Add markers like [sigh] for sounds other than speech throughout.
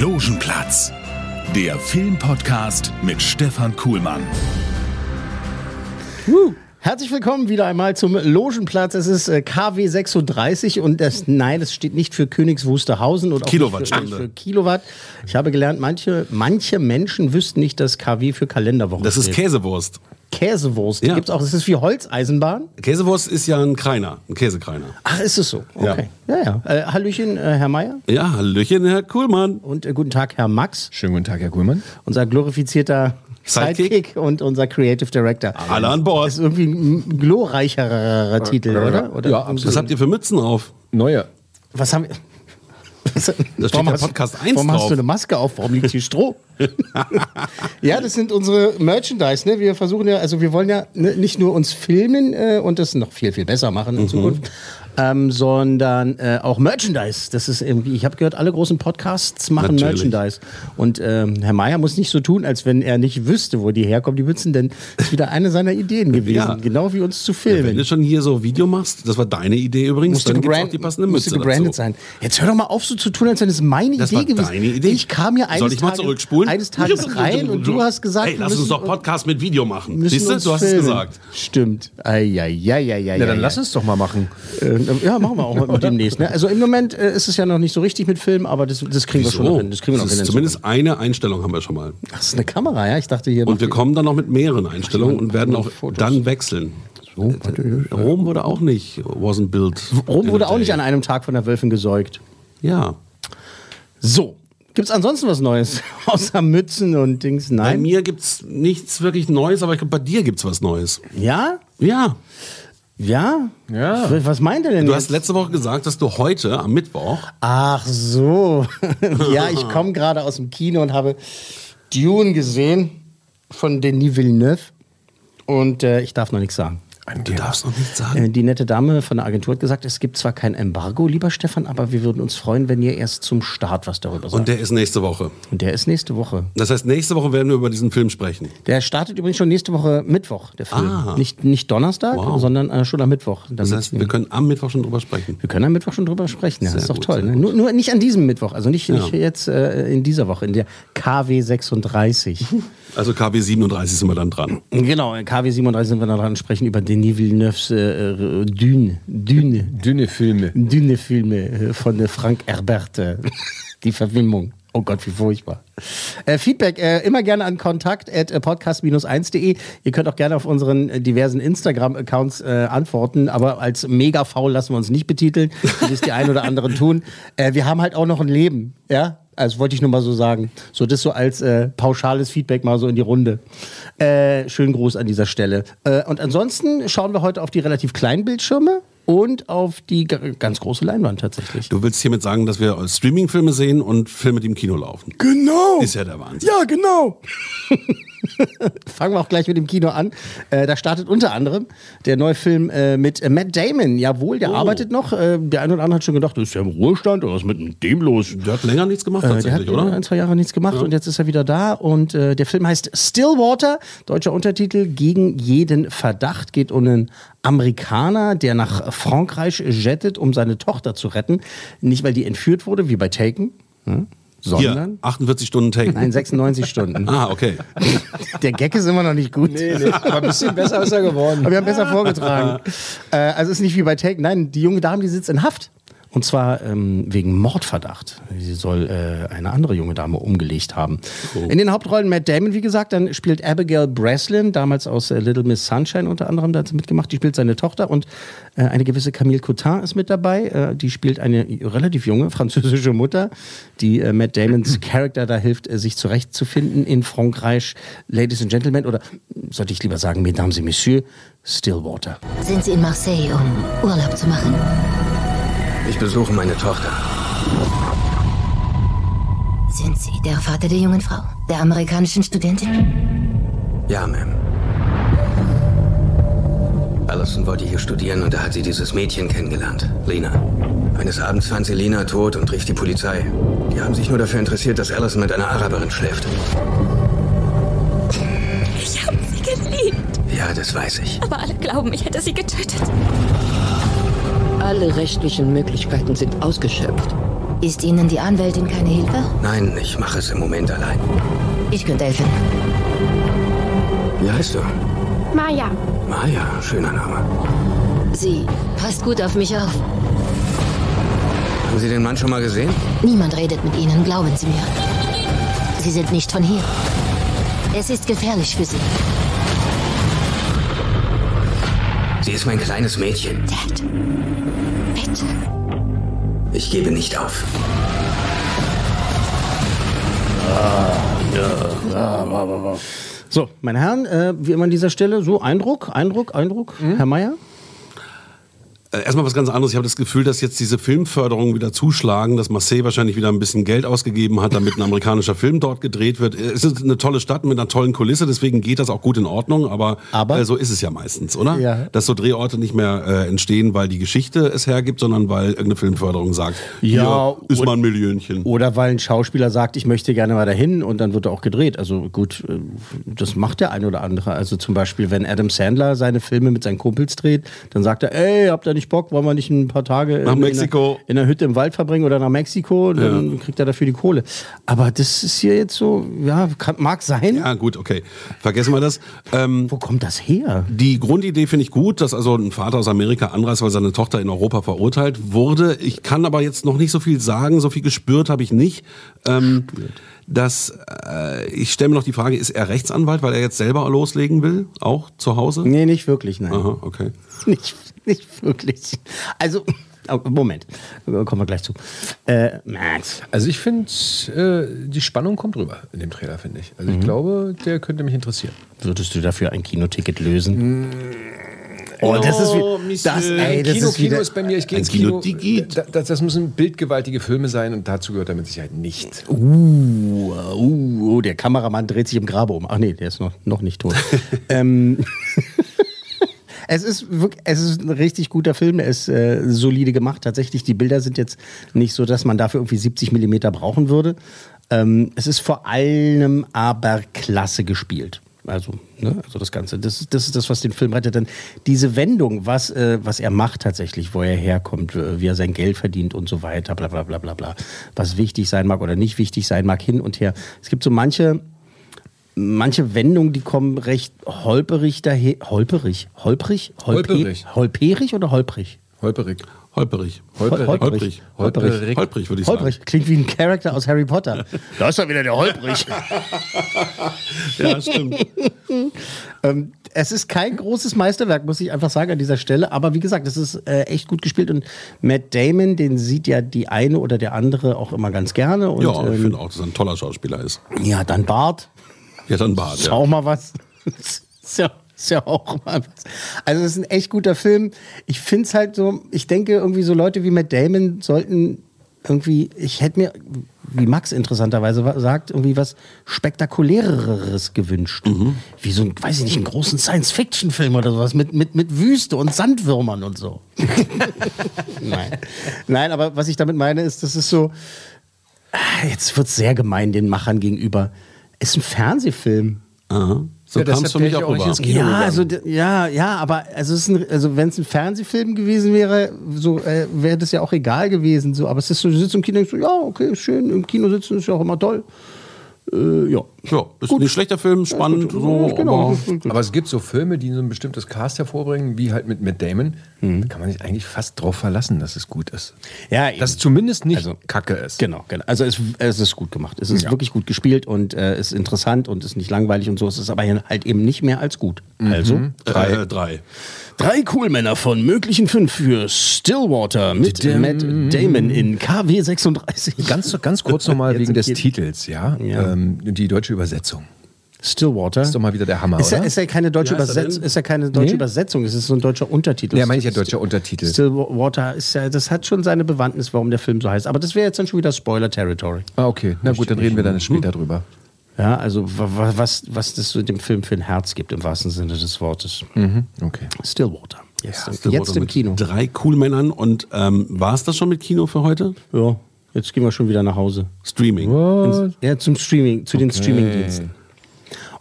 Logenplatz, der Filmpodcast mit Stefan Kuhlmann. Herzlich willkommen wieder einmal zum Logenplatz. Es ist äh, KW 36 und das, nein, das steht nicht für Königs Wusterhausen und auch Kilowattstunde. Nicht für, nicht für Kilowatt. Ich habe gelernt, manche, manche Menschen wüssten nicht, dass KW für Kalenderwoche Das ist steht. Käsewurst. Käsewurst. Die Ja. gibt's auch. Das ist wie Holzeisenbahn. Käsewurst ist ja ein Kreiner, ein Käsekreiner. Ach, ist es so? Okay. Ja, ja. Äh, Hallöchen, äh, Herr Meier. Ja, Hallöchen, Herr Kuhlmann. Und äh, guten Tag, Herr Max, Schönen guten Tag, Herr Kuhlmann. unser glorifizierter Sidekick, Sidekick. Ah. und unser Creative Director. Alle an Das ist Bord. irgendwie ein glorreicherer Titel, oder? oder? Ja, absolut. Was habt ihr für Mützen auf? Neue. Was haben wir. Was, Da steht warum ja hast- Podcast 1 Warum hast drauf. du eine Maske auf? Warum liegt hier [laughs] Stroh? ja, das sind unsere Merchandise. Ne? Wir versuchen ja, also wir wollen ja ne, nicht nur uns filmen äh, und das noch viel, viel besser machen in Mhm. Zukunft, ähm, sondern äh, auch Merchandise. Das ist irgendwie, ich habe gehört, alle großen Podcasts machen Natürlich. Merchandise. Und ähm, Herr Mayer muss nicht so tun, als wenn er nicht wüsste, wo die herkommen, die Mützen, denn das ist wieder eine seiner Ideen gewesen. [laughs] Ja. Genau wie uns zu Wenn filmen. du schon hier so Video machst, das war deine Idee übrigens, Musste dann gibt's auch gebrand, die passende musste Mütze gebrandet dazu. sein. Jetzt hör doch mal auf, so zu tun, als wenn es meine Das Idee war gewesen deine Idee. Ich kam ja eines Soll ich mal Tages- zurückspulen? eines [laughs] Tages rein und du hast gesagt, hey, wir lass uns müssen- doch Podcast mit Video machen. müssen Siehst du, uns du hast es filmen. gesagt. Stimmt. Ja, ja, Ja, dann lass uns doch mal machen. Äh, Ja, machen wir auch mit- mit demnächst. Ne? Also im Moment äh, ist es ja noch nicht so richtig mit Film, aber das, das kriegen wir schon noch hin. Das kriegen wir noch Das hin. ist zumindest eine Einstellung haben wir schon mal. Ach, das ist eine Kamera, ja? Ich dachte hier. Und wir kommen dann noch mit mehreren Einstellungen und werden auch Fotos. dann wechseln. Äh, Rom wurde auch nicht, wasn't built. Rom in wurde a auch nicht day. an einem Tag von der Wölfin gesäugt. Ja. So. Gibt's ansonsten was Neues? [laughs] Außer Mützen und Dings? Bei Nein. mir gibt's nichts wirklich Neues, aber ich glaube, bei dir gibt's was Neues. Ja? Ja. Ja? Ja. Was- Was meint er denn Du jetzt? hast letzte Woche gesagt, dass du heute am Mittwoch Ach so. [laughs] ja, ich komme gerade aus dem Kino und habe Dune gesehen von Denis Villeneuve. Und äh, ich darf noch nichts sagen. Du darfst noch nichts sagen. Äh, die nette Dame von der Agentur hat gesagt, es gibt zwar kein Embargo, lieber Stefan, aber wir würden uns freuen, wenn ihr erst zum Start was darüber sagt. Und der ist nächste Woche. Und der ist nächste Woche. Das heißt, nächste Woche werden wir über diesen Film sprechen. Der startet übrigens schon nächste Woche Mittwoch, der Film. Ah. Nicht, nicht Donnerstag, Wow. sondern äh, schon am Mittwoch. Das damit heißt, wir- wir können am Mittwoch schon drüber sprechen. Wir können am Mittwoch schon drüber sprechen. Ja, Sehr das ist doch gut, toll. sehr Ne? Nur, nur nicht an diesem Mittwoch, also nicht, nicht Ja. jetzt äh, in dieser Woche, in der KW 36. Also KW 37 sind wir dann dran. [laughs] genau, in KW 37 sind wir dann dran und sprechen über Denis Villeneuve's äh, äh, Dune, Dune, Dünne Filme. Dune-Filme äh, von äh, Frank Herbert. äh, Die Verfilmung. Oh Gott, wie furchtbar. Äh, Feedback äh, immer gerne an äh, kontakt.podcast-1.de. Ihr könnt auch gerne auf unseren äh, diversen Instagram-Accounts äh, antworten, aber als mega faul lassen wir uns nicht betiteln, wie es die ein oder anderen tun. Äh, wir haben halt auch noch ein Leben, ja? Also wollte ich nur mal so sagen. So das so als äh, pauschales Feedback mal so in die Runde. Äh, schönen Gruß an dieser Stelle. Äh, und ansonsten schauen wir heute auf die relativ kleinen Bildschirme und auf die g- ganz große Leinwand tatsächlich. Du willst hiermit sagen, dass wir Streaming-Filme sehen und Filme, die im Kino laufen. Genau. Ist ja der Wahnsinn. Ja, genau. [laughs] Fangen wir auch gleich mit dem Kino an. Äh, da startet unter anderem der neue Film äh, mit äh, Matt Damon. Jawohl, der arbeitet noch. Äh, der eine oder andere hat schon gedacht, ist der im Ruhestand oder was ist mit dem los? Der hat länger nichts gemacht Äh, Der hat tatsächlich, oder? oder? ein, zwei Jahre nichts gemacht und jetzt ist er wieder da. Und äh, der Film heißt Stillwater, deutscher Untertitel, gegen jeden Verdacht. Geht um einen Amerikaner, der nach Frankreich jettet, um seine Tochter zu retten. Nicht, weil die entführt wurde, wie bei Taken, ne? Hier, sondern... 48 Stunden Take. Nein, 96 Stunden. Ah, okay. [laughs] Der Gag ist immer noch nicht gut. Aber ein bisschen besser ist er geworden. [laughs] Aber wir haben besser vorgetragen. äh, also ist nicht wie bei Take. Nein, die junge Dame, die sitzt in Haft. Und zwar ähm, wegen Mordverdacht. Sie soll äh, eine andere junge Dame umgelegt haben. Oh. In den Hauptrollen Matt Damon, wie gesagt, dann spielt Abigail Breslin, damals aus äh, Little Miss Sunshine unter anderem, da hat sie mitgemacht. Die spielt seine Tochter und äh, eine gewisse Camille Cotin ist mit dabei. Äh, die spielt eine relativ junge französische Mutter, die äh, Matt Damons Charakter da hilft, äh, sich zurechtzufinden in Frankreich. Ladies and Gentlemen, oder äh, sollte ich lieber sagen, Mesdames et Messieurs, Stillwater. Sind Sie in Marseille, um Urlaub zu machen? Ich besuche meine Tochter. Sind Sie der Vater der jungen Frau, der amerikanischen Studentin? Ja, Ma'am. Allison wollte hier studieren und da hat sie dieses Mädchen kennengelernt, Lena. Eines Abends fand sie Lena tot und rief die Polizei. Die haben sich nur dafür interessiert, dass Allison mit einer Araberin schläft. Ich habe sie geliebt, Ja, das weiß ich. aber alle glauben, ich hätte sie getötet. Alle rechtlichen Möglichkeiten sind ausgeschöpft. Ist Ihnen die Anwältin keine Hilfe? Nein, ich mache es im Moment allein. Ich könnte helfen. Wie heißt du? Maya, Maya, schöner Name. Sie passt gut auf mich auf. Haben Sie den Mann schon mal gesehen? Niemand redet mit Ihnen, glauben Sie mir. Sie sind nicht von hier. Es ist gefährlich für Sie. Sie ist mein kleines Mädchen. Dad, bitte. Ich gebe nicht auf. So, meine Herren, äh, wie immer an dieser Stelle, so Eindruck, Eindruck, Eindruck. Herr Meier? Äh, Erstmal was ganz anderes. Ich habe das Gefühl, dass jetzt diese Filmförderungen wieder zuschlagen, dass Marseille wahrscheinlich wieder ein bisschen Geld ausgegeben hat, damit ein amerikanischer Film dort gedreht wird. Äh, Es ist eine tolle Stadt mit einer tollen Kulisse, deswegen geht das auch gut in Ordnung. Aber, Aber? Äh, so ist es ja meistens, oder? Ja. Dass so Drehorte nicht mehr äh, entstehen, weil die Geschichte es hergibt, sondern weil irgendeine Filmförderung sagt, Ja, Oh. hier ist mal ein Millionchen. Oder weil ein Schauspieler sagt, ich möchte gerne mal dahin und dann wird er auch gedreht. Also gut, äh, das macht der ein oder andere. Also zum Beispiel, wenn Adam Sandler seine Filme mit seinen Kumpels dreht, dann sagt er, ey, habt ihr nicht Bock, wollen wir nicht ein paar Tage Nach in, Mexiko. In, einer, in einer Hütte im Wald verbringen oder nach Mexiko? Dann kriegt er dafür die Kohle. Aber das ist hier jetzt so, ja, kann, mag sein. Ja, gut, okay. Vergessen wir das. Ähm, Wo kommt das her? Die Grundidee finde ich gut, dass also ein Vater aus Amerika anreist, weil seine Tochter in Europa verurteilt wurde. Ich kann aber jetzt noch nicht so viel sagen, so viel gespürt habe ich nicht. Ähm, dass äh, ich stelle mir noch die Frage, ist er Rechtsanwalt, weil er jetzt selber loslegen will, auch zu Hause? Nee, nicht wirklich, nein. Aha, okay. [laughs] Nicht, nicht wirklich. Also, [laughs] Moment, kommen wir gleich zu. Äh, Max. Also ich finde, äh, die Spannung kommt rüber in dem Trailer, finde ich. Mhm. Also ich glaube, der könnte mich interessieren. Würdest du dafür ein Kinoticket lösen? Mm. Oh, das ist wie, das, ey, das Kino, ist Kino wieder, äh, ist bei mir, ich gehe ein ins Kino. Kino, die geht. Da- Das, das müssen bildgewaltige Filme sein und dazu gehört er mit Sicherheit nicht. uh, uh, oh, der Kameramann dreht sich im Grabe um. Ach nee, der ist noch, noch nicht [laughs] tot. ähm, [laughs] es ist wirklich, es ist ein richtig guter Film, der ist äh, solide gemacht. Tatsächlich, die Bilder sind jetzt nicht so, dass man dafür irgendwie 70 Millimeter brauchen würde. Ähm, es ist vor allem aber klasse gespielt. Also, ne, also das Ganze. Das, das ist das, was den Film rettet. Denn diese Wendung, was, äh, was er macht tatsächlich, wo er herkommt, äh, wie er sein Geld verdient und so weiter, bla bla bla bla bla. Was wichtig sein mag oder nicht wichtig sein mag, hin und her. Es gibt so manche, manche Wendungen, die kommen recht holperig daher. Holperig? Holprig? Holpe- Holperig. Holperig oder holprig? Holperig. Holperig. Holperig. Holperig. Holperig. Holperig, würde ich Holprig klingt wie ein Charakter aus Harry [laughs] Potter. da ist er wieder der Holprig. sagen. Ja, stimmt. Ähm, es ist kein großes Meisterwerk, muss ich einfach sagen an dieser Stelle. Aber wie gesagt, es ist äh, echt gut gespielt. Und Matt Damon, den sieht ja die eine oder der andere auch immer ganz gerne. Und, [laughs] ja, ich ähm, finde auch, dass er ein toller Schauspieler ist. ja dann Bart. Ja, dann Bart. Ist Ja. auch mal was. [laughs] ist, ja, ist ja auch mal was. Also, es ist ein echt guter Film. Ich finde es halt so, ich denke irgendwie so Leute wie Matt Damon sollten irgendwie, ich hätte mir, wie Max interessanterweise wa- sagt, irgendwie was spektakuläreres gewünscht. Wie so ein, weiß ich nicht, einen großen Science-Fiction-Film oder sowas mit, mit, mit Wüste und Sandwürmern und so. Nein. Nein, aber was ich damit meine ist, das ist so, ah, jetzt wird es sehr gemein den Machern gegenüber. Ist ein Fernsehfilm. Aha. So Ja, kam deshalb es für wäre mich ich auch auch nicht rüber. ins Kino. Ja, gegangen. also d- ja, ja, aber also es ist ein, also wenn es ein Fernsehfilm gewesen wäre, so äh, wäre das ja auch egal gewesen. So, aber es ist so, du sitzt im Kino und denkst so, ja, okay, ist schön, im Kino sitzen ist ja auch immer toll. Äh, ja, Ja, ist ein nicht schlechter Film, spannend, so, aber Aber es gibt so Filme, die so ein bestimmtes Cast hervorbringen, wie halt mit Matt Damon. Da kann man sich eigentlich fast drauf verlassen, dass es gut ist. Ja, Mhm. eben. Dass es zumindest nicht Kacke ist. Genau, genau. Also es, es ist gut gemacht. Es ist wirklich gut gespielt und äh, ist interessant und ist nicht langweilig und so. Es ist aber halt eben nicht mehr als gut. Mhm. Also drei. Äh, drei. drei Coolmänner von möglichen fünf für Stillwater mit Dim- Matt Damon in KW 36. Ganz, ganz kurz [laughs] nochmal Jetzt wegen des geht's. Titels, ja. Ja. Ähm, die deutsche Übersetzung. Stillwater. Ist doch mal wieder der Hammer, Ist ja, oder? ist ja keine deutsche Wie heißt er Übersetzung, denn? ist ja keine deutsche Nee. Übersetzung, es ist so ein deutscher Untertitel. Ja, meine ich ja deutscher Untertitel. Stillwater ist ja, das hat schon seine Bewandtnis, warum der Film so heißt. Aber das wäre jetzt dann schon wieder Spoiler-Territory. Ah, okay. Na gut, dann reden wir dann später drüber. Ja, also wa- wa- was, was das so dem Film für ein Herz gibt, im wahrsten Sinne des Wortes. Mhm. Okay. Stillwater. Jetzt, Erste jetzt Worte im mit Kino. Drei cool Männern und ähm, war es das schon mit Kino für heute? Ja, jetzt gehen wir schon wieder nach Hause. Streaming. Ja, zum Streaming, zu den Streamingdiensten.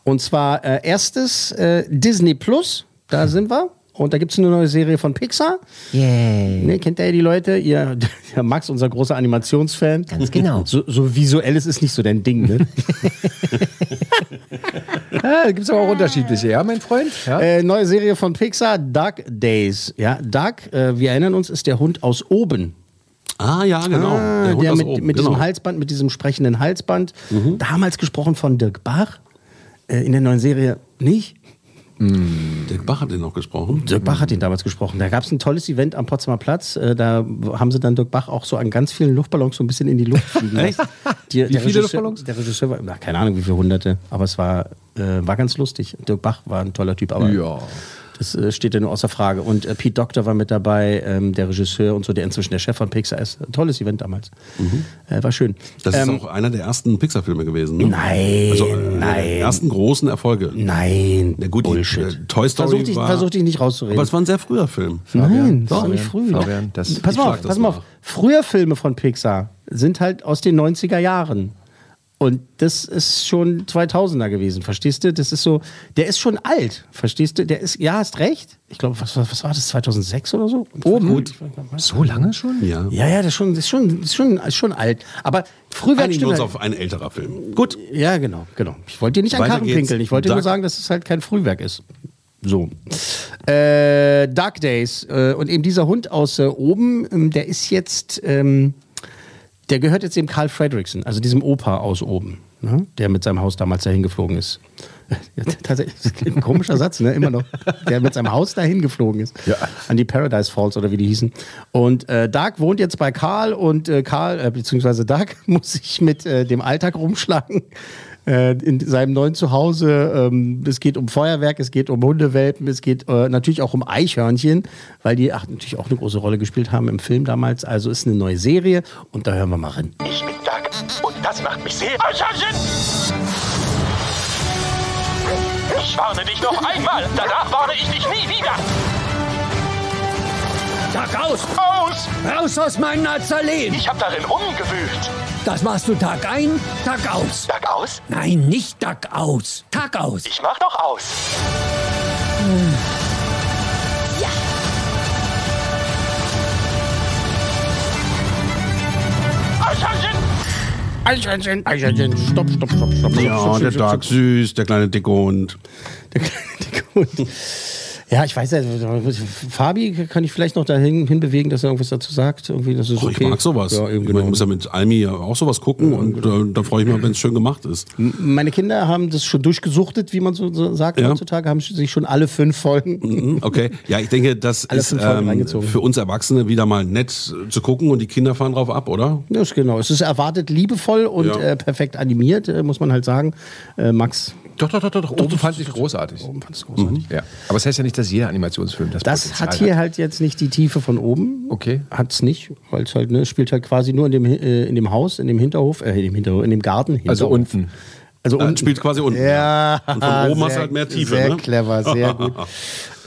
Und zwar äh, erstes äh, Disney Plus, Hm. da sind wir. Und da gibt es eine neue Serie von Pixar. Yay. Ne, kennt ihr die Leute? Ihr, [laughs] ja, Max, unser großer Animationsfan. Ganz genau. So, so visuelles ist nicht so dein Ding, [laughs] ne? Ah, da gibt es aber auch unterschiedliche, ja, mein Freund? Ja? Äh, neue Serie von Pixar, Dark Days. Ja, Dark, äh, wir erinnern uns, ist der Hund aus oben. Ah ja, genau. Ah, Hund der aus mit, oben, mit genau. Mhm. diesem Halsband, mit diesem sprechenden Halsband. Damals gesprochen von Dirk Bach. Äh, in der neuen Serie nicht. Dirk Bach hat den noch gesprochen. Dirk Bach hat ihn damals gesprochen. Da gab es ein tolles Event am Potsdamer Platz. Äh, Da haben sie dann Dirk Bach auch so an ganz vielen Luftballons so ein bisschen in die Luft fliegen lassen. [laughs] Die, Wie viele Regisseur, Luftballons? Der Regisseur war, na, keine Ahnung, wie viele hunderte, aber es war, äh, war ganz lustig. Dirk Bach war ein toller Typ, aber Ja. das äh, steht ja nur außer Frage. Und äh, Pete Doctor war mit dabei, ähm, der Regisseur und so, der inzwischen der Chef von Pixar ist. Ein tolles Event damals. Äh, war schön. Mhm. Das ist auch einer der ersten Pixar-Filme gewesen. Ne? Nein, Also, äh, nein. Der ersten großen Erfolge. Nein, Na gut, die, Bullshit. äh, Toy Story versuch, dich, war- versuch dich nicht rauszureden. Aber es war ein sehr früher Film. Nein, das Fabian, war nicht früh. Fabian, das- pass ich mal schlag auf, das pass mal auf. nach. Früher Filme von Pixar sind halt aus den 90er Jahren. Und das ist schon 2000er gewesen, verstehst du? Das ist so, der ist schon alt, verstehst du? Der ist, ja, hast recht. Ich glaube, was, was war das, 2006 oder so? Oben. So lange schon? Ja. Ja, ja, das ist schon, das ist schon, das ist schon, ist schon alt. Aber Frühwerk Einigen wir stimmt uns halt. auf ein älterer Film. Gut. Ja, genau, genau. Ich wollte dir nicht an Weiter Karren geht's. pinkeln. Ich wollte dir nur Dark- sagen, dass es halt kein Frühwerk ist. So. Äh, Dark Days. Äh, und eben dieser Hund aus äh, oben, ähm, der ist jetzt, ähm, der gehört jetzt dem Carl Fredrickson, also diesem Opa aus oben, ne? der mit seinem Haus damals dahin geflogen ist. [laughs] Ja, Tatsächlich, das ist ein komischer Satz, ne? Immer noch. Der mit seinem Haus dahin geflogen ist. Ja. An die Paradise Falls oder wie die hießen. Und äh, Dark wohnt jetzt bei Karl und äh, Karl, äh, beziehungsweise Dark, [laughs] muss sich mit äh, dem Alltag rumschlagen. Äh, in seinem neuen Zuhause. Ähm, es geht um Feuerwerk, es geht um Hundewelpen, es geht äh, natürlich auch um Eichhörnchen, weil die ach, natürlich auch eine große Rolle gespielt haben im Film damals. Also ist eine neue Serie und da hören wir mal rein. Ich bin Doug und das macht mich sehr eichhörnchen. Ich warne dich noch einmal, danach warne ich dich nie wieder. Tag aus! Aus! Raus aus meinen Azaleen! Ich hab darin rumgewühlt. Das machst du Tag ein, Tag aus! Doug aus? Nein, nicht Tag aus! Tag aus! Ich mach doch aus. Ja. Eichhörnchen! Eichhörnchen, Eichhörnchen, stopp, stopp, stopp, stopp. stopp, Ja, stopp, der stopp, stopp, Dark, süß, der kleine dicke Hund. Der kleine dicke Hund. Ja, ich weiß ja, Fabi kann ich vielleicht noch dahin hinbewegen, dass er irgendwas dazu sagt. Irgendwie, das ist Oh, okay. Ich mag sowas. Ja, eben ich meine, ich genau. muss ja mit Almi ja auch sowas gucken und äh, da freue ich mich, wenn es schön gemacht ist. Meine Kinder haben das schon durchgesuchtet, wie man so so sagt Ja. heutzutage, haben sich schon alle fünf Folgen. Mhm, Okay, ja, ich denke, das Alle ist fünf Folgen ähm, reingezogen. für uns Erwachsene wieder mal nett äh, zu gucken und die Kinder fahren drauf ab, oder? Das ist genau. Es ist erwartet liebevoll und Ja. äh, perfekt animiert, äh, muss man halt sagen. Äh, Max, Doch, doch, doch, doch, doch. Oben fand ich großartig. Oben fand ich Mhm. großartig. Ja. Aber es heißt ja nicht, dass jeder Animationsfilm das das Potenzial hat hier halt jetzt nicht die Tiefe von oben. Okay. Hat's nicht, weil es halt, ne, es spielt halt quasi nur in dem, äh, in dem Haus, in dem Hinterhof, äh, in dem Hinterhof, in dem Garten. Also Hinterhof. unten. Also Äh, unten. spielt quasi unten. Ja. Und von oben sehr, hast du halt mehr Tiefe. Sehr ne? clever, sehr [laughs] gut.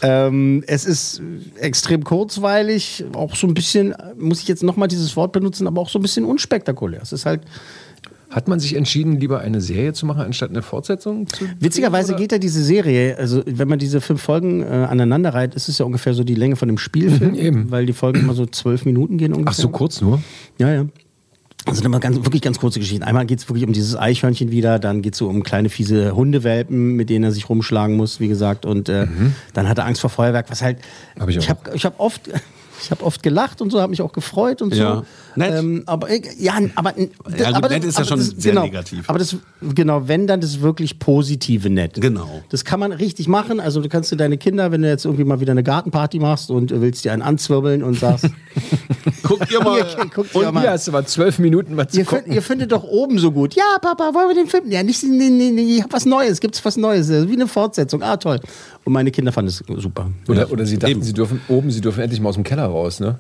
ähm, es ist extrem kurzweilig, auch so ein bisschen, muss ich jetzt nochmal dieses Wort benutzen, aber auch so ein bisschen unspektakulär. Es ist halt, Hat man sich entschieden, lieber eine Serie zu machen, anstatt eine Fortsetzung zu witzigerweise geht ja diese Serie, also wenn man diese fünf Folgen äh, aneinander reiht, ist es ja ungefähr so die Mhm, Länge von dem Spielfilm, eben. um weil die Folgen immer so zwölf Minuten gehen ungefähr. Ach, so kurz nur? Ja, ja. Das sind immer ganz, wirklich ganz kurze Geschichten. Einmal geht es wirklich um dieses Eichhörnchen wieder, dann geht es so um kleine fiese Hundewelpen, mit denen er sich rumschlagen muss, wie gesagt. Und äh, Mhm. dann hat er Angst vor Feuerwerk, was halt. Hab ich auch. ich habe ich hab oft. [laughs] Ich habe oft gelacht und so, habe mich auch gefreut und Ja. so. Ähm, aber äh, ja, aber, äh, Ja, gut, aber nett ist ja schon sehr genau, negativ. Aber das genau, wenn dann das wirklich positive nett. Genau. Das kann man richtig machen. Also du kannst dir deine Kinder, wenn du jetzt irgendwie mal wieder eine Gartenparty machst und äh, willst dir einen anzwirbeln und sagst, Guck ihr mal. guck dir Und mal hier hast du mal zwölf Minuten mal zu Ihr, find, gucken. ihr findet doch oben so gut. Ja, Papa, wollen wir den Film? Ja, nicht, nee, nee, nee, ich hab was Neues, gibt's was Neues, äh, wie eine Fortsetzung. Ah, toll. Und meine Kinder fanden es super. Oder, oder sie dachten, sie dürfen oben, sie dürfen endlich mal aus dem Keller raus, [laughs] ne?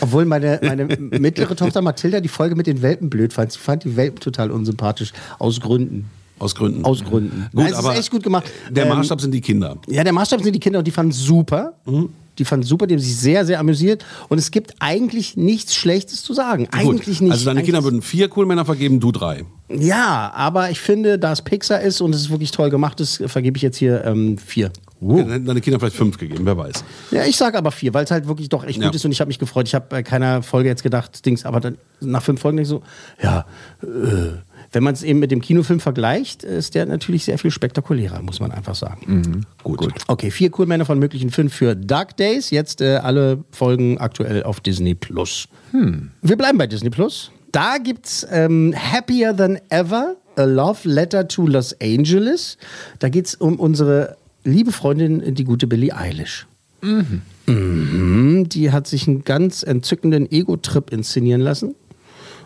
Obwohl meine, meine [laughs] mittlere Tochter Mathilda die Folge mit den Welpen blöd fand. Sie fand die Welpen total unsympathisch. Aus Gründen. Aus Gründen. Aus Gründen. Gut, Nein, Also, es aber ist echt gut gemacht. Der Ähm, Maßstab sind die Kinder. Ja, der Maßstab sind die Kinder und die fanden super. Mhm. Die fanden super, die haben sich sehr, sehr amüsiert. Und es gibt eigentlich nichts Schlechtes zu sagen. Eigentlich Gut. nicht. Also deine Eigentlich- Kinder würden vier Coolmänner vergeben, du drei. Ja, aber ich finde, da es Pixar ist und es wirklich toll gemacht ist, vergebe ich jetzt hier ähm, vier. Dann hätten deine Kinder vielleicht fünf gegeben, wer weiß. Ja, ich sage aber vier, weil es halt wirklich doch echt Ja. gut ist und ich habe mich gefreut. Ich habe bei keiner Folge jetzt gedacht, Dings, aber dann nach fünf Folgen denke ich so, ja, äh, wenn man es eben mit dem Kinofilm vergleicht, ist der natürlich sehr viel spektakulärer, muss man einfach sagen. Mhm. Gut. Okay, vier cool Männer von möglichen fünf für Dark Days. Jetzt äh, alle Folgen aktuell auf Disney Plus. Hm. Wir bleiben bei Disney Plus. Da gibt's ähm, Happier Than Ever, A Love Letter to Los Angeles. Da geht's um unsere liebe Freundin, die gute Billie Eilish. Mhm. Die hat sich einen ganz entzückenden Ego-Trip inszenieren lassen.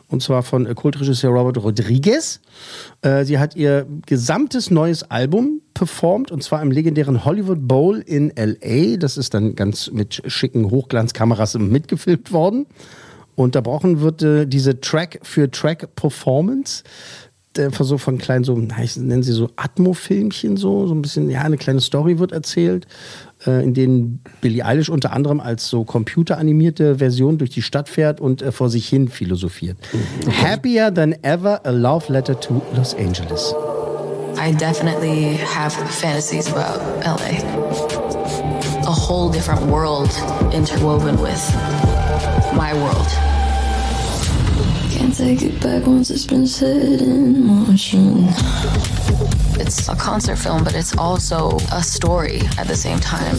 Und zwar von äh, Kultregisseur Robert Rodriguez. Äh, sie hat ihr gesamtes neues Album performt und zwar im legendären Hollywood Bowl in L.A. Das ist dann ganz mit schicken Hochglanzkameras mitgefilmt worden. Unterbrochen wird äh, diese Track für Track Performance. Der Versuch von kleinen, so, na, ich nennen sie so Atmo-Filmchen, so, so ein bisschen, ja, eine kleine Story wird erzählt, äh, in denen Billie Eilish unter anderem als so computeranimierte Version durch die Stadt fährt und äh, vor sich hin philosophiert. Mhm. Happier than ever, a love letter to Los Angeles. I definitely have fantasies about LA. A whole different world interwoven with my world. Can't take it back once it's been set in motion. It's a concert film, but it's also a story at the same time.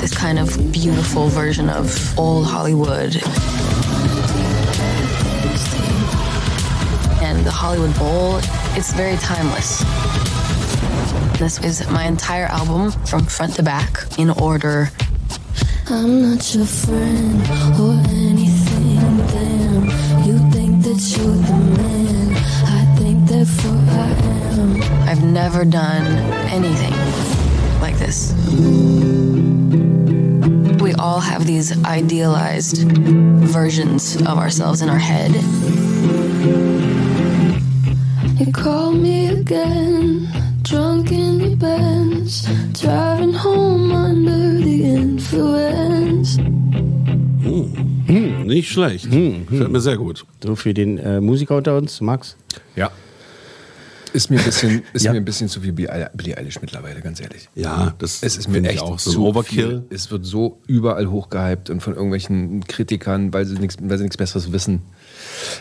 This kind of beautiful version of old Hollywood. And the Hollywood Bowl, it's very timeless. This is my entire album from front to back in order. I'm not your friend or anything, damn. You think that you're the man, I think therefore I am. I've never done anything like this. We all have these idealized versions of ourselves in our head. You call me again, drunk in the Benz, driving home under the influence. Hm, nicht schlecht. Fällt mir sehr gut. So für den äh, Musiker unter uns, Max. Ja. Ist mir ein bisschen, ist Ja. mir ein bisschen zu viel Billie Billie Eilish mittlerweile, ganz ehrlich. Ja, das Es ist mir finde echt ich auch zu so Overkill. viel. Es wird so überall hochgehypt und von irgendwelchen Kritikern, weil sie nichts, weil sie nichts Besseres wissen.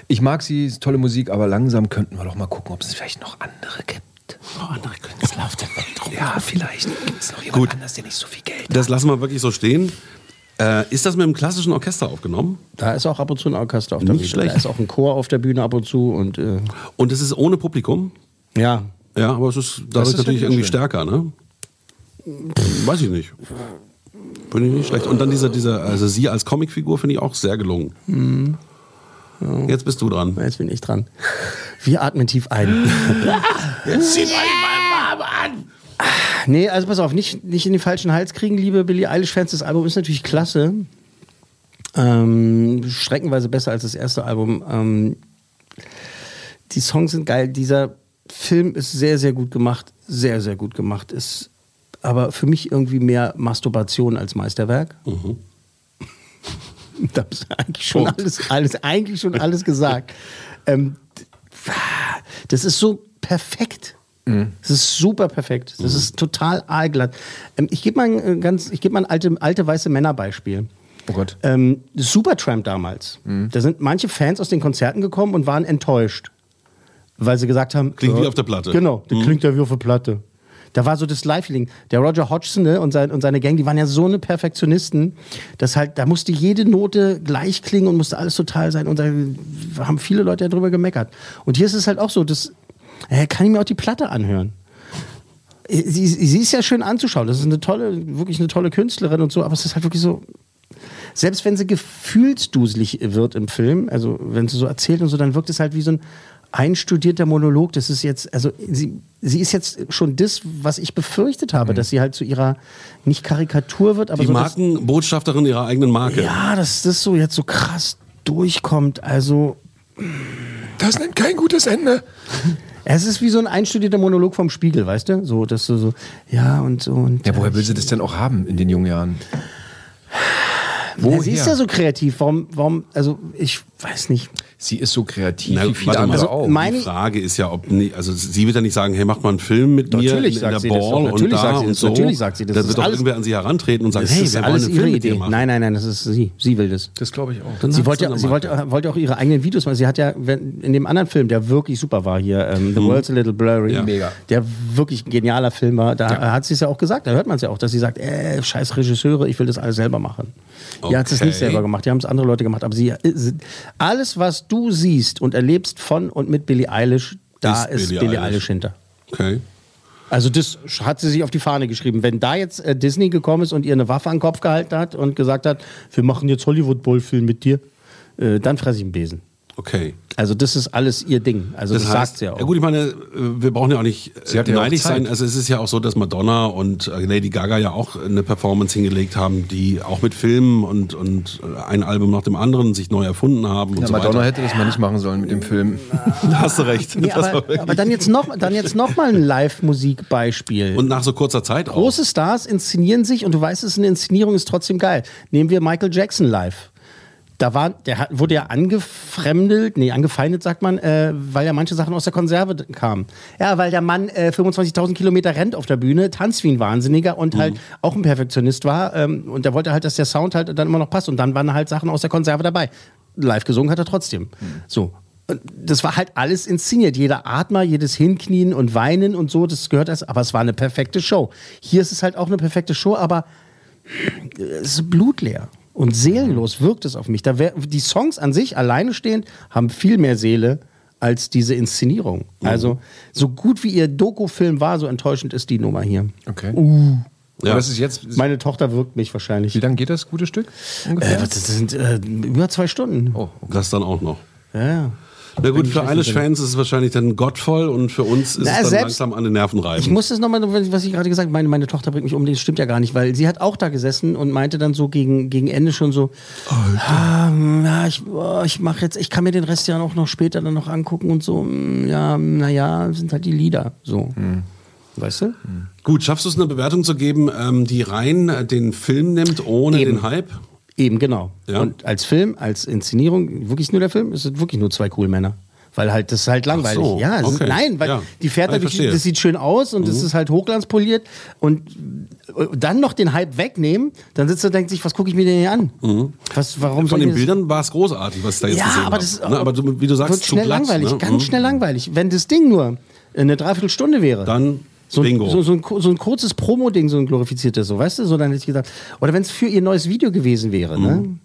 Ich mag sie, ist tolle Musik, aber langsam könnten wir doch mal gucken, ob es vielleicht noch andere gibt. Oh, andere Künstler auf der Welt rum. Ja, vielleicht gibt es noch jemand Gut. anders, der nicht so viel Geld Das lassen wir wirklich so stehen. Äh, ist das mit einem klassischen Orchester aufgenommen? Da ist auch ab und zu ein Orchester auf der Nicht Bühne. Da schlecht. ist auch ein Chor auf der Bühne ab und zu und äh, Und es ist ohne Publikum? ja. Ja, aber es ist dadurch ist ja natürlich wieder irgendwie schön. stärker, ne? Weiß ich nicht. Finde ich nicht schlecht. Und dann dieser, dieser also sie als Comicfigur finde ich auch sehr gelungen. Mhm. Jetzt bist du dran. Jetzt bin ich dran. Wir atmen tief ein. Jetzt zieht euch mal warm an! Nee, also pass auf, nicht, nicht in den falschen Hals kriegen, liebe Billie Eilish-Fans. Das Album ist natürlich klasse. Ähm, schreckenweise besser als das erste Album. Ähm, die Songs sind geil. Dieser Film ist sehr, sehr gut gemacht. Sehr, sehr gut gemacht. Ist aber für mich irgendwie mehr Masturbation als Meisterwerk. [laughs] da ist eigentlich schon Punkt. alles, alles, eigentlich schon alles gesagt. ähm, das ist so perfekt. Das ist super perfekt. Das ist total aalglatt. Ähm, ich gebe mal ein äh, ganz, ich gebe mal ein alte, alte weiße Männer Beispiel. Oh Gott. Ähm, Supertramp damals. Mhm. Da sind manche Fans aus den Konzerten gekommen und waren enttäuscht. Weil sie gesagt haben. Klingt äh, wie auf der Platte. Genau, das Mhm. klingt ja wie auf der Platte. Da war so das Live-Feeling. Der Roger Hodgson ne, und, sein, und seine Gang, die waren ja so eine Perfektionisten, dass halt, da musste jede Note gleich klingen und musste alles total sein. Und da haben viele Leute ja drüber gemeckert. Und hier ist es halt auch so, das äh, kann ich mir auch die Platte anhören. Sie, sie ist ja schön anzuschauen. Das ist eine tolle, wirklich eine tolle Künstlerin und so, aber es ist halt wirklich so, selbst wenn sie gefühlsduselig wird im Film, also wenn sie so erzählt und so, dann wirkt es halt wie so ein einstudierter Monolog. Das ist jetzt, also sie, sie ist jetzt schon das, was ich befürchtet Mhm. habe, dass sie halt zu ihrer, nicht Karikatur wird, aber Die so das- Markenbotschafterin ihrer eigenen Marke. ja, dass das so jetzt so krass durchkommt. Also. Das nennt kein gutes Ende. Es ist wie so ein einstudierter Monolog vom Spiegel, weißt du? So, dass du so, ja und so und. Ja, woher will sie das denn auch haben in den jungen Jahren? Na, sie ist ja so kreativ. Warum, warum, also ich weiß nicht. Sie ist so kreativ Na, wie viele warte mal, andere also auch. die Frage ist ja, ob nie, also sie wird ja nicht sagen, hey, macht mal einen Film mit mir Natürlich in sagt der sie das doch, Ball und natürlich da sagt sie und das, so. natürlich sagt sie das. Das Dann wird ist doch alles- irgendwer an sie herantreten und sagen, Das hey, ist wir wollen alles einen Film ihre mit dir Idee. machen. Nein, nein, nein, das ist sie. Sie will das. Das glaube ich auch. Sie wollte, ja- sie wollte, äh, wollte auch ihre eigenen Videos machen. Sie hat ja wenn, in dem anderen Film, der wirklich super war hier, ähm, The Mhm. World's a Little Blurry, Ja. Mega. der wirklich ein genialer Film war, da Ja. hat sie es ja auch gesagt, da hört man es ja auch, dass sie sagt, äh, scheiß Regisseure, ich will das alles selber machen. Die hat es Okay. nicht selber gemacht, die haben es andere Leute gemacht, aber sie, äh, sie- alles, was du siehst und erlebst von und mit Billie Eilish, da Ist ist, Billie Billie, Eilish. Eilish. hinter. Okay. Also das hat sie sich auf die Fahne geschrieben. Wenn da jetzt äh, Disney gekommen ist und ihr eine Waffe an den Kopf gehalten hat und gesagt hat, wir machen jetzt Hollywood-Bowl-Film mit dir, äh, dann fresse ich einen Besen. Okay. Also das ist alles ihr Ding. Also das, sagt sie ja auch. Ja gut, ich meine, äh, wir brauchen ja auch nicht Sie äh, hat ja auch neidisch Zeit. sein. Also es ist ja auch so, dass Madonna und äh, Lady Gaga ja auch eine Performance hingelegt haben, die auch mit Filmen und, und äh, ein Album nach dem anderen sich neu erfunden haben und Na, so [laughs] Madonna weiter. hätte das mal nicht machen sollen mit dem Film. Da hast du recht. Nee, Das war aber, wirklich- aber dann jetzt noch, dann jetzt noch mal [laughs] ein Live-Musikbeispiel. und nach so kurzer Zeit auch. Große Stars inszenieren sich und du weißt, es ist eine Inszenierung, ist trotzdem geil. Nehmen wir Michael Jackson live. Da war, der hat, wurde ja angefremdelt, nee, angefeindet, sagt man, äh, weil ja manche Sachen aus der Konserve d- kamen. Ja, weil der Mann äh, 25.000 Kilometer rennt auf der Bühne, tanzt wie ein Wahnsinniger und halt auch ein Perfektionist war. Ähm, und der wollte halt, dass der Sound halt dann immer noch passt. Und dann waren halt Sachen aus der Konserve dabei. Live gesungen hat er trotzdem. So. Und das war halt alles inszeniert. Jeder Atmer, jedes Hinknien und Weinen und so, das gehört erst. Aber es war eine perfekte Show. Hier ist es halt auch eine perfekte Show, aber es ist blutleer. Und seelenlos wirkt es auf mich. Da wär, die Songs an sich alleine stehend haben viel mehr Seele als diese Inszenierung. Also, so gut wie ihr Dokufilm war, so enttäuschend ist die Nummer hier. Okay. Uh. Aber das ist jetzt. Meine Tochter wirkt mich wahrscheinlich. Wie lange geht das gute Stück? Äh, was- das sind äh, über zwei Stunden. Das dann auch noch. Ja, ja. Na gut, Wenn für ich Eilish richtig bin. Fans ist es wahrscheinlich dann gottvoll und für uns ist Na, es dann selbst- langsam an den Nerven reiben. Ich muss das nochmal, was ich gerade gesagt habe, meine, meine Tochter bringt mich um, das stimmt ja gar nicht, weil sie hat auch da gesessen und meinte dann so gegen, gegen Ende schon so, ah, hm, ja, ich, oh, ich mache jetzt, ich kann mir den Rest ja auch noch später dann noch angucken und so, hm, ja, naja, sind halt die Lieder, so. Weißt du? Gut, schaffst du es eine Bewertung zu geben, ähm, die rein äh, den Film nimmt, ohne den Hype? Eben, genau. Ja. Und als Film, als Inszenierung, wirklich nur der Film, es sind wirklich nur zwei cool Männer. Weil halt, das ist halt langweilig. so, ja, es ist, okay. nein, weil Ja. die fährt Ah, ich dadurch, verstehe. Mhm. das sieht schön aus und es ist halt hochglanzpoliert und äh, dann noch den Hype wegnehmen, dann sitzt er und denkt sich, was gucke ich mir denn hier an? Was, warum soll Mhm. Von ich den mir das- Bildern war es großartig, was ich da jetzt Ja, gesehen aber habe. das- ne? aber du, wie du sagst, wird schnell zu glatt, langweilig, ne? ganz Mhm. schnell langweilig. Wenn das Ding nur eine Dreiviertelstunde wäre, Dann so ein, Bingo. so, so, ein, ku- so ein kurzes Promo-Ding, so ein glorifiziertes, so, weißt du, so dann hätte ich gesagt, oder wenn es für ihr neues Video gewesen wäre, ne? Mhm.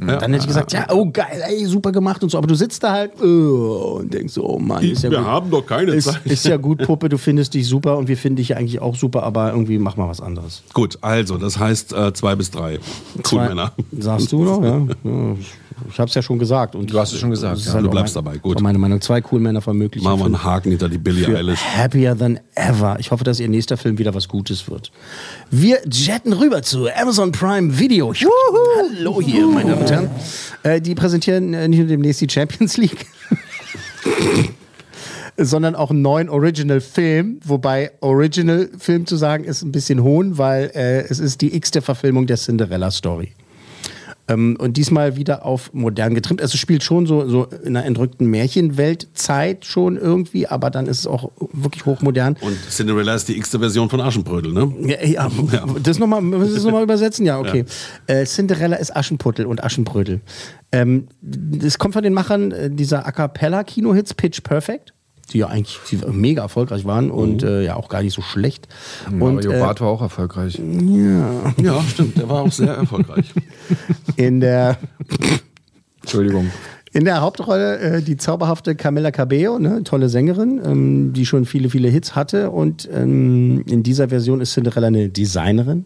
Ja. Dann hätte ich gesagt, ja, oh geil, ey, super gemacht und so. Aber du sitzt da halt äh, und denkst, so, oh Mann, ist ja Wir gut. haben doch keine ist, Zeit. ist ja [laughs] gut, Puppe, du findest dich super und wir finden dich ja eigentlich auch super, aber irgendwie mach mal was anderes. Gut, also, das heißt äh, zwei bis drei. Cool, Zwei- Männer. Sagst du noch, ja? ja ich ich hab's ja schon gesagt. Und Du hast es schon gesagt, das ja. ist halt Du auch bleibst mein- dabei, gut. auch Meine Meinung, zwei cool Männer vermöglichen. [laughs] Machen wir einen Haken hinter die Billie für Eilish. Happier Than Ever. Ich hoffe, dass ihr nächster Film wieder was Gutes wird. Wir jetten rüber zu Amazon Prime Video. Hallo hier, meine Damen und Herren. Äh, die präsentieren äh, nicht nur demnächst die Champions League. [laughs] sondern auch einen neuen Original-Film, wobei Original-Film zu sagen ist ein bisschen hohn, weil äh, es ist die x-te Verfilmung der Cinderella-Story. Ähm, und diesmal wieder auf modern getrimmt. Also es spielt schon so, so in einer entrückten Märchenweltzeit schon irgendwie, aber dann ist es auch wirklich hochmodern. Und Cinderella ist die x-te Version von Aschenbrödel, ne? Ja, ja, das nochmal, müssen wir das nochmal übersetzen? Ja, okay. Äh, Cinderella ist Aschenputtel und Aschenbrödel. Ähm, das kommt von den Machern äh, dieser A Cappella-Kinohits Pitch Perfect, die ja eigentlich die mega erfolgreich waren und äh, ja auch gar nicht so schlecht. und, Mario äh, Barth war auch erfolgreich. Ja. Ja, stimmt. Der war auch sehr erfolgreich. [laughs] In der, Entschuldigung. in der Hauptrolle äh, die zauberhafte Camilla Cabello, ne, tolle Sängerin, ähm, die schon viele, viele Hits hatte. Und ähm, in dieser Version ist Cinderella eine Designerin.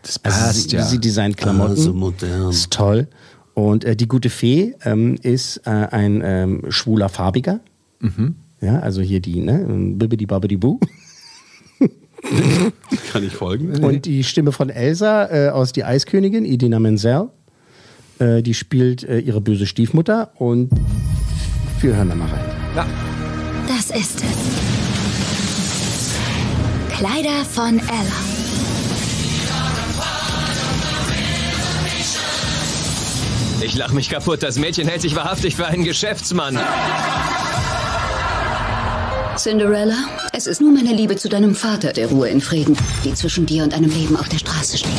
Das Also sie, sie designt [laughs] Klamotten. Also modern. Ist toll. Und äh, die gute Fee ähm, ist äh, ein ähm, schwuler Farbiger. Ja, also hier die, ne? Bibbidi Babbidi Boo. Kann ich folgen? Und die Stimme von Elsa äh, aus Die Eiskönigin, Idina Menzel. Äh, die spielt äh, ihre böse Stiefmutter und wir hören da mal rein. Das ist es. Kleider von Ella. Ich lach mich kaputt. Das Mädchen hält sich wahrhaftig für einen Geschäftsmann. Cinderella, es ist nur meine Liebe zu deinem Vater, der Ruhe in Frieden, die zwischen dir und einem Leben auf der Straße steht.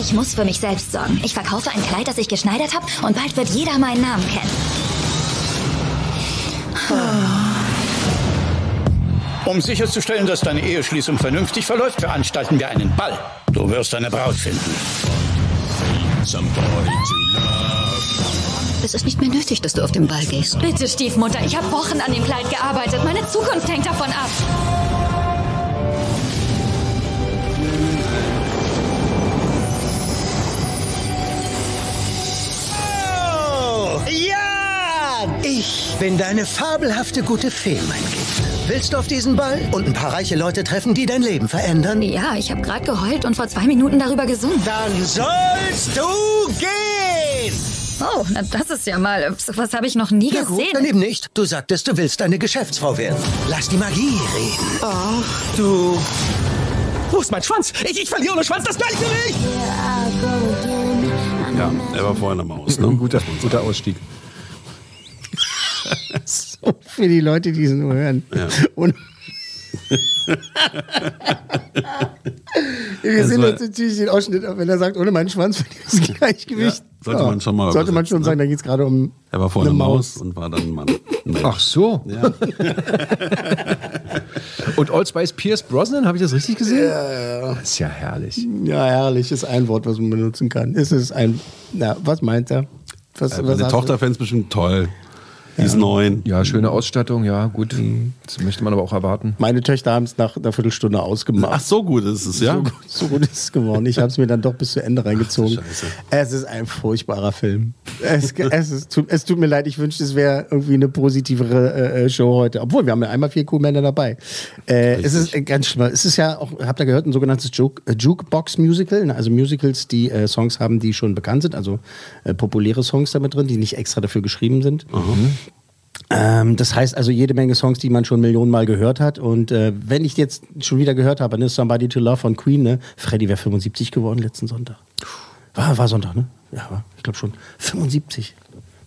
Ich muss für mich selbst sorgen. Ich verkaufe ein Kleid, das ich geschneidert habe, und bald wird jeder meinen Namen kennen. Um sicherzustellen, dass deine Eheschließung vernünftig verläuft, veranstalten wir einen Ball. Du wirst deine Braut finden. Es ist nicht mehr nötig, dass du auf den Ball gehst. Bitte, Stiefmutter, ich habe Wochen an dem Kleid gearbeitet. Meine Zukunft hängt davon ab. Oh! Ja! Ich bin deine fabelhafte gute Fee, mein Kind. Willst du auf diesen Ball und ein paar reiche Leute treffen, die dein Leben verändern? Ja, ich habe gerade geheult und vor zwei Minuten darüber gesungen. Dann sollst du gehen! Oh, na, das ist ja mal. Sowas habe ich noch nie Na gut, gesehen. dann eben nicht. Du sagtest, du willst eine Geschäftsfrau werden. Lass die Magie reden. Oh, du. Wo ist mein Schwanz? Ich, ich verliere ohne Schwanz das Gleichgewicht! Ja, er war vorher eine Maus, ne? guter, guter Ausstieg. So für die Leute, die es nur hören. Ja. [laughs] Und wir Das sind war- jetzt natürlich den Ausschnitt, wenn er sagt, ohne meinen Schwanz verliert das Gleichgewicht. Ja, sollte man schon mal Sollte man schon übersetzen, ne? sagen, da geht es gerade um Er war vorher eine Maus und war dann ein Mann. Nee. Ach so. Ja. äh, Und Old Spice Pierce Brosnan, habe ich das richtig gesehen? Ja. Das ist ja herrlich. Ja, herrlich, ist ein Wort, was man benutzen kann. Ist es ein. Na, was meint er? Was, Äh, was Meine hast Tochter fände es bestimmt toll. Die ist neun. Ja, schöne Ausstattung, ja, gut. Das möchte man aber auch erwarten. du? Meine Töchter haben es nach einer Viertelstunde ausgemacht. Ach, so gut ist es, ja? So, gut- so gut ist es geworden. Ich habe es mir dann doch bis zu Ende reingezogen. Scheiße. es ist ein furchtbarer Film. Es, es, ist, tut, es tut mir leid, ich wünschte, es wäre irgendwie eine positivere äh, äh, Show heute. Obwohl, wir haben ja einmal vier Kuhmänner dabei. Äh, es ist äh, ganz schlimm. Es ist ja auch, habt ihr gehört, ein sogenanntes Juke, äh, Jukebox-Musical. ne? Also Musicals, die äh, Songs haben, die schon bekannt sind. Also äh, populäre Songs damit drin, die nicht extra dafür geschrieben sind. Ähm, das heißt also jede Menge Songs, die man schon Millionen Mal gehört hat. Und äh, wenn ich jetzt schon wieder gehört habe, ne, Somebody to Love von Queen, ne? Freddy wäre 75 geworden letzten Sonntag. War, war Sonntag, ne? Ja, war, ich glaube schon. 75.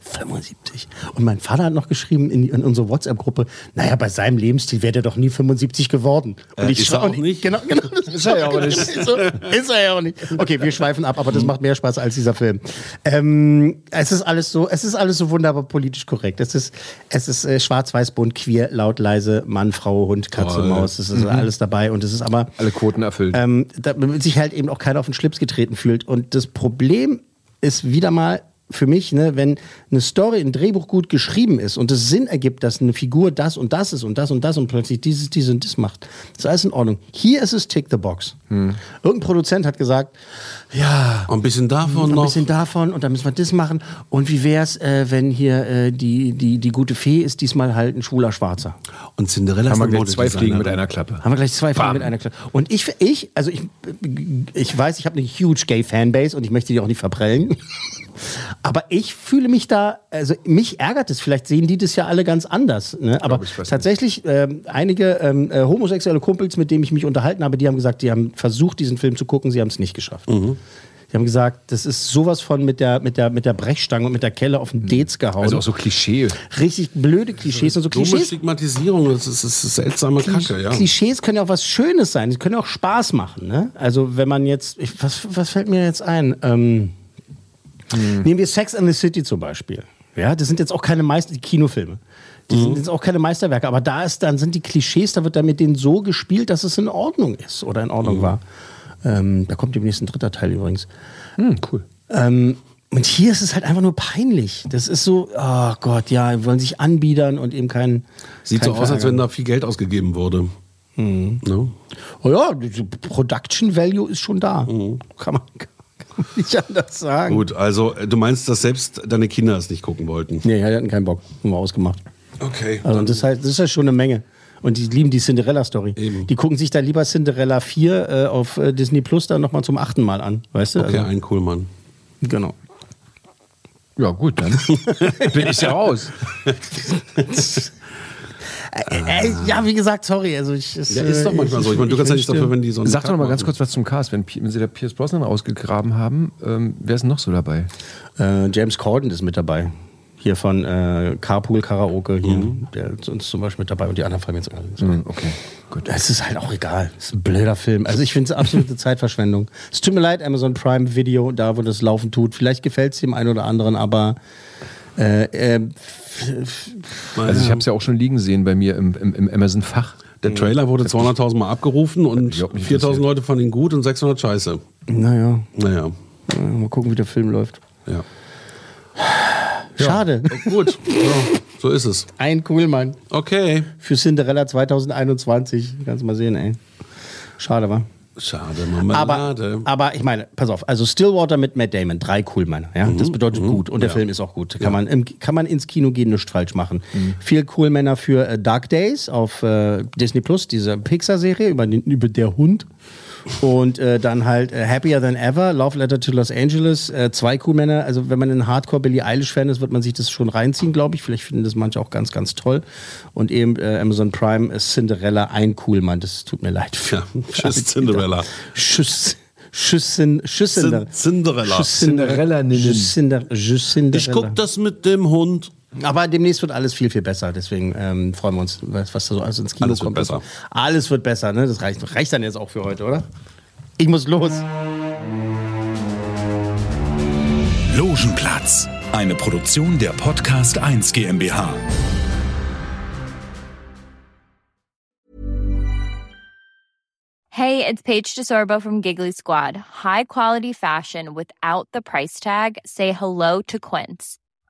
75. Und mein Vater hat noch geschrieben in, in unsere WhatsApp-Gruppe, naja, bei seinem Lebensstil wäre der doch nie 75 geworden. Äh, ist schrei- er auch und- nicht? Genau, [laughs] genau. Das ist er ja auch nicht. so, ist er ja auch nicht. Okay, wir schweifen ab, aber das macht mehr Spaß als dieser Film. Ähm, es ist alles so, es ist alles so wunderbar politisch korrekt. Es ist, es ist äh, schwarz-weiß, bunt, queer, laut, leise, Mann, Frau, Hund, Katze, Toll. Maus. Es ist alles dabei und es ist aber Alle Quoten erfüllt. ähm, damit sich halt eben auch keiner auf den Schlips getreten fühlt. Und das Problem ist wieder mal für mich, ne, wenn eine Story, ein Drehbuch gut geschrieben ist und es Sinn ergibt, dass eine Figur das und das ist und das und das und plötzlich dieses, dies und das macht. Ist alles in Ordnung. Hier ist es Tick the Box. Irgendein Produzent hat gesagt, ja, Ah, Ein bisschen davon ein noch. bisschen davon und dann müssen wir das machen. Und wie wär's, äh, wenn hier äh, die, die, die gute Fee ist diesmal halt ein schwuler Schwarzer? Und Cinderella Haben wir ist ne? eine gleich zwei Fliegen mit Modedesignerin. einer Klappe. Haben wir gleich zwei Fragen Bam. mit einer Klasse. Und ich, ich, also ich, ich weiß, ich habe eine huge gay Fanbase und ich möchte die auch nicht verprellen. [laughs] Aber ich fühle mich da, also mich ärgert es. Vielleicht sehen die das ja alle ganz anders. Ne? Aber ich, weiß nicht. tatsächlich, ähm, einige ähm, äh, Mhm. homosexuelle Kumpels, mit denen ich mich unterhalten habe, die haben gesagt, die haben versucht, diesen Film zu gucken, sie haben es nicht geschafft. Die haben gesagt, das ist sowas von mit der, mit der, mit der Brechstange und mit der Kelle auf den Dez gehauen. Also auch so Klischee. Richtig blöde Klischees und so Dumme Klischees. Stigmatisierung, das ist, das ist seltsame Kacke, ja. Klischees können ja auch was Schönes sein, die können auch Spaß machen. Ne? Also wenn man jetzt, ich, was, was fällt mir jetzt ein? Ähm, Hm. Nehmen wir Sex and the City zum Beispiel. Ja, das sind jetzt auch keine Meister, die Kinofilme. Die Mhm. sind jetzt auch keine Meisterwerke, aber da ist, dann sind die Klischees, da wird dann mit denen so gespielt, dass es in Ordnung ist oder in Mhm. Ordnung war. Ähm, da kommt demnächst ein dritter Teil übrigens. Hm, cool. Ähm, und hier ist es halt einfach nur peinlich. Das ist so, oh Gott, ja, wollen sich anbiedern und eben keinen. Sieht so keinen aus, als verärgern. wenn da viel Geld ausgegeben wurde. Ne? Oh ja, die- die Production Value ist schon da. Kann, man, [laughs] kann man nicht anders sagen. Mhm. Gut, also äh, du meinst, dass selbst deine Kinder es nicht gucken wollten. Nee, ja, die hatten keinen Bock. Haben wir ausgemacht. Okay. Also das, heißt, das ist ja schon eine Menge. Und die lieben die Cinderella-Story. Die gucken sich dann lieber Cinderella 4 äh, auf äh, Disney Plus dann nochmal zum achten Mal an. Weißt du? Okay, Also, ein Kohlmann. genau. [laughs] Ja, gut, dann bin ich ja raus. Äh, ja, wie gesagt, sorry. Also ich, es, Ja, ist doch äh, manchmal ich- so. Ich meine, du ich kannst ja nichts wünschte- dafür, wenn die so einen Sag doch noch Kack mal ganz machen. kurz was zum Cast. Wenn, Pi- wenn sie da Pierce Brosnan ausgegraben haben, ähm, wer ist denn noch so dabei? Äh, James Corden ist mit dabei. Hier von äh, Carpool Karaoke. Hier. Mhm. Der ist uns zum Beispiel mit dabei und die anderen fallen mir jetzt alle nicht so Hm. ein. Okay, gut. Es ist halt auch egal. Es ist ein blöder Film. Also ich finde es absolute Zeitverschwendung. Es tut mir leid, Amazon Prime Video, da wo das laufen tut. Vielleicht gefällt es dem einen oder anderen, aber äh, äh, Also ich habe es ja auch schon liegen sehen bei mir im, im, im Amazon-Fach. Der Trailer wurde 200.000 Mal abgerufen und mich auch nicht 4.000 Leute fanden ihn gut und 600 scheiße. naja, Naja, äh, mal gucken, wie der Film läuft. ja. Schade. Gut, ja, so ist es. Ein Kugelmann Okay. für Cinderella 2021. Kannst mal sehen, ey. Schade, war. Schade, Aber, Marmelade. aber ich meine, pass auf, also Stillwater mit Matt Damon, drei Coolmänner, ja, Mhm, das bedeutet gut und der Film ist auch gut. Kann, man, im, kann man ins Kino gehen, nichts falsch machen. Mhm. Viel Coolmänner für äh, Dark Days auf äh, Disney Plus, diese Pixar-Serie über, den- über der Hund. Und äh, dann halt äh, Happier Than Ever, Love Letter to Los Angeles, äh, zwei Coolmänner. Also wenn man ein Hardcore Billie Eilish-Fan ist, wird man sich das schon reinziehen, glaube ich. Vielleicht finden das manche auch ganz, ganz toll. Und eben äh, Amazon Prime äh, Cinderella, ein Coolmann. Das tut mir leid. für- [laughs] Ja, tschüss, Cinderella. Schüss. Schüssen, Schüssen, Cin- Cinderella. Cinderella-Ninnen. Ich guck das mit dem Hund. Aber demnächst wird alles viel, viel besser. Deswegen ähm, freuen wir uns, was, was da so alles ins Kino Alles wird kommt. besser. Alles wird besser, ne? Das reicht, reicht dann jetzt auch für heute, oder? Ich muss los. Logenplatz. Eine Produktion der Podcast 1 GmbH. Hey, it's Paige DeSorbo from Giggly Squad. High quality fashion without the price tag. Say hello to Quince.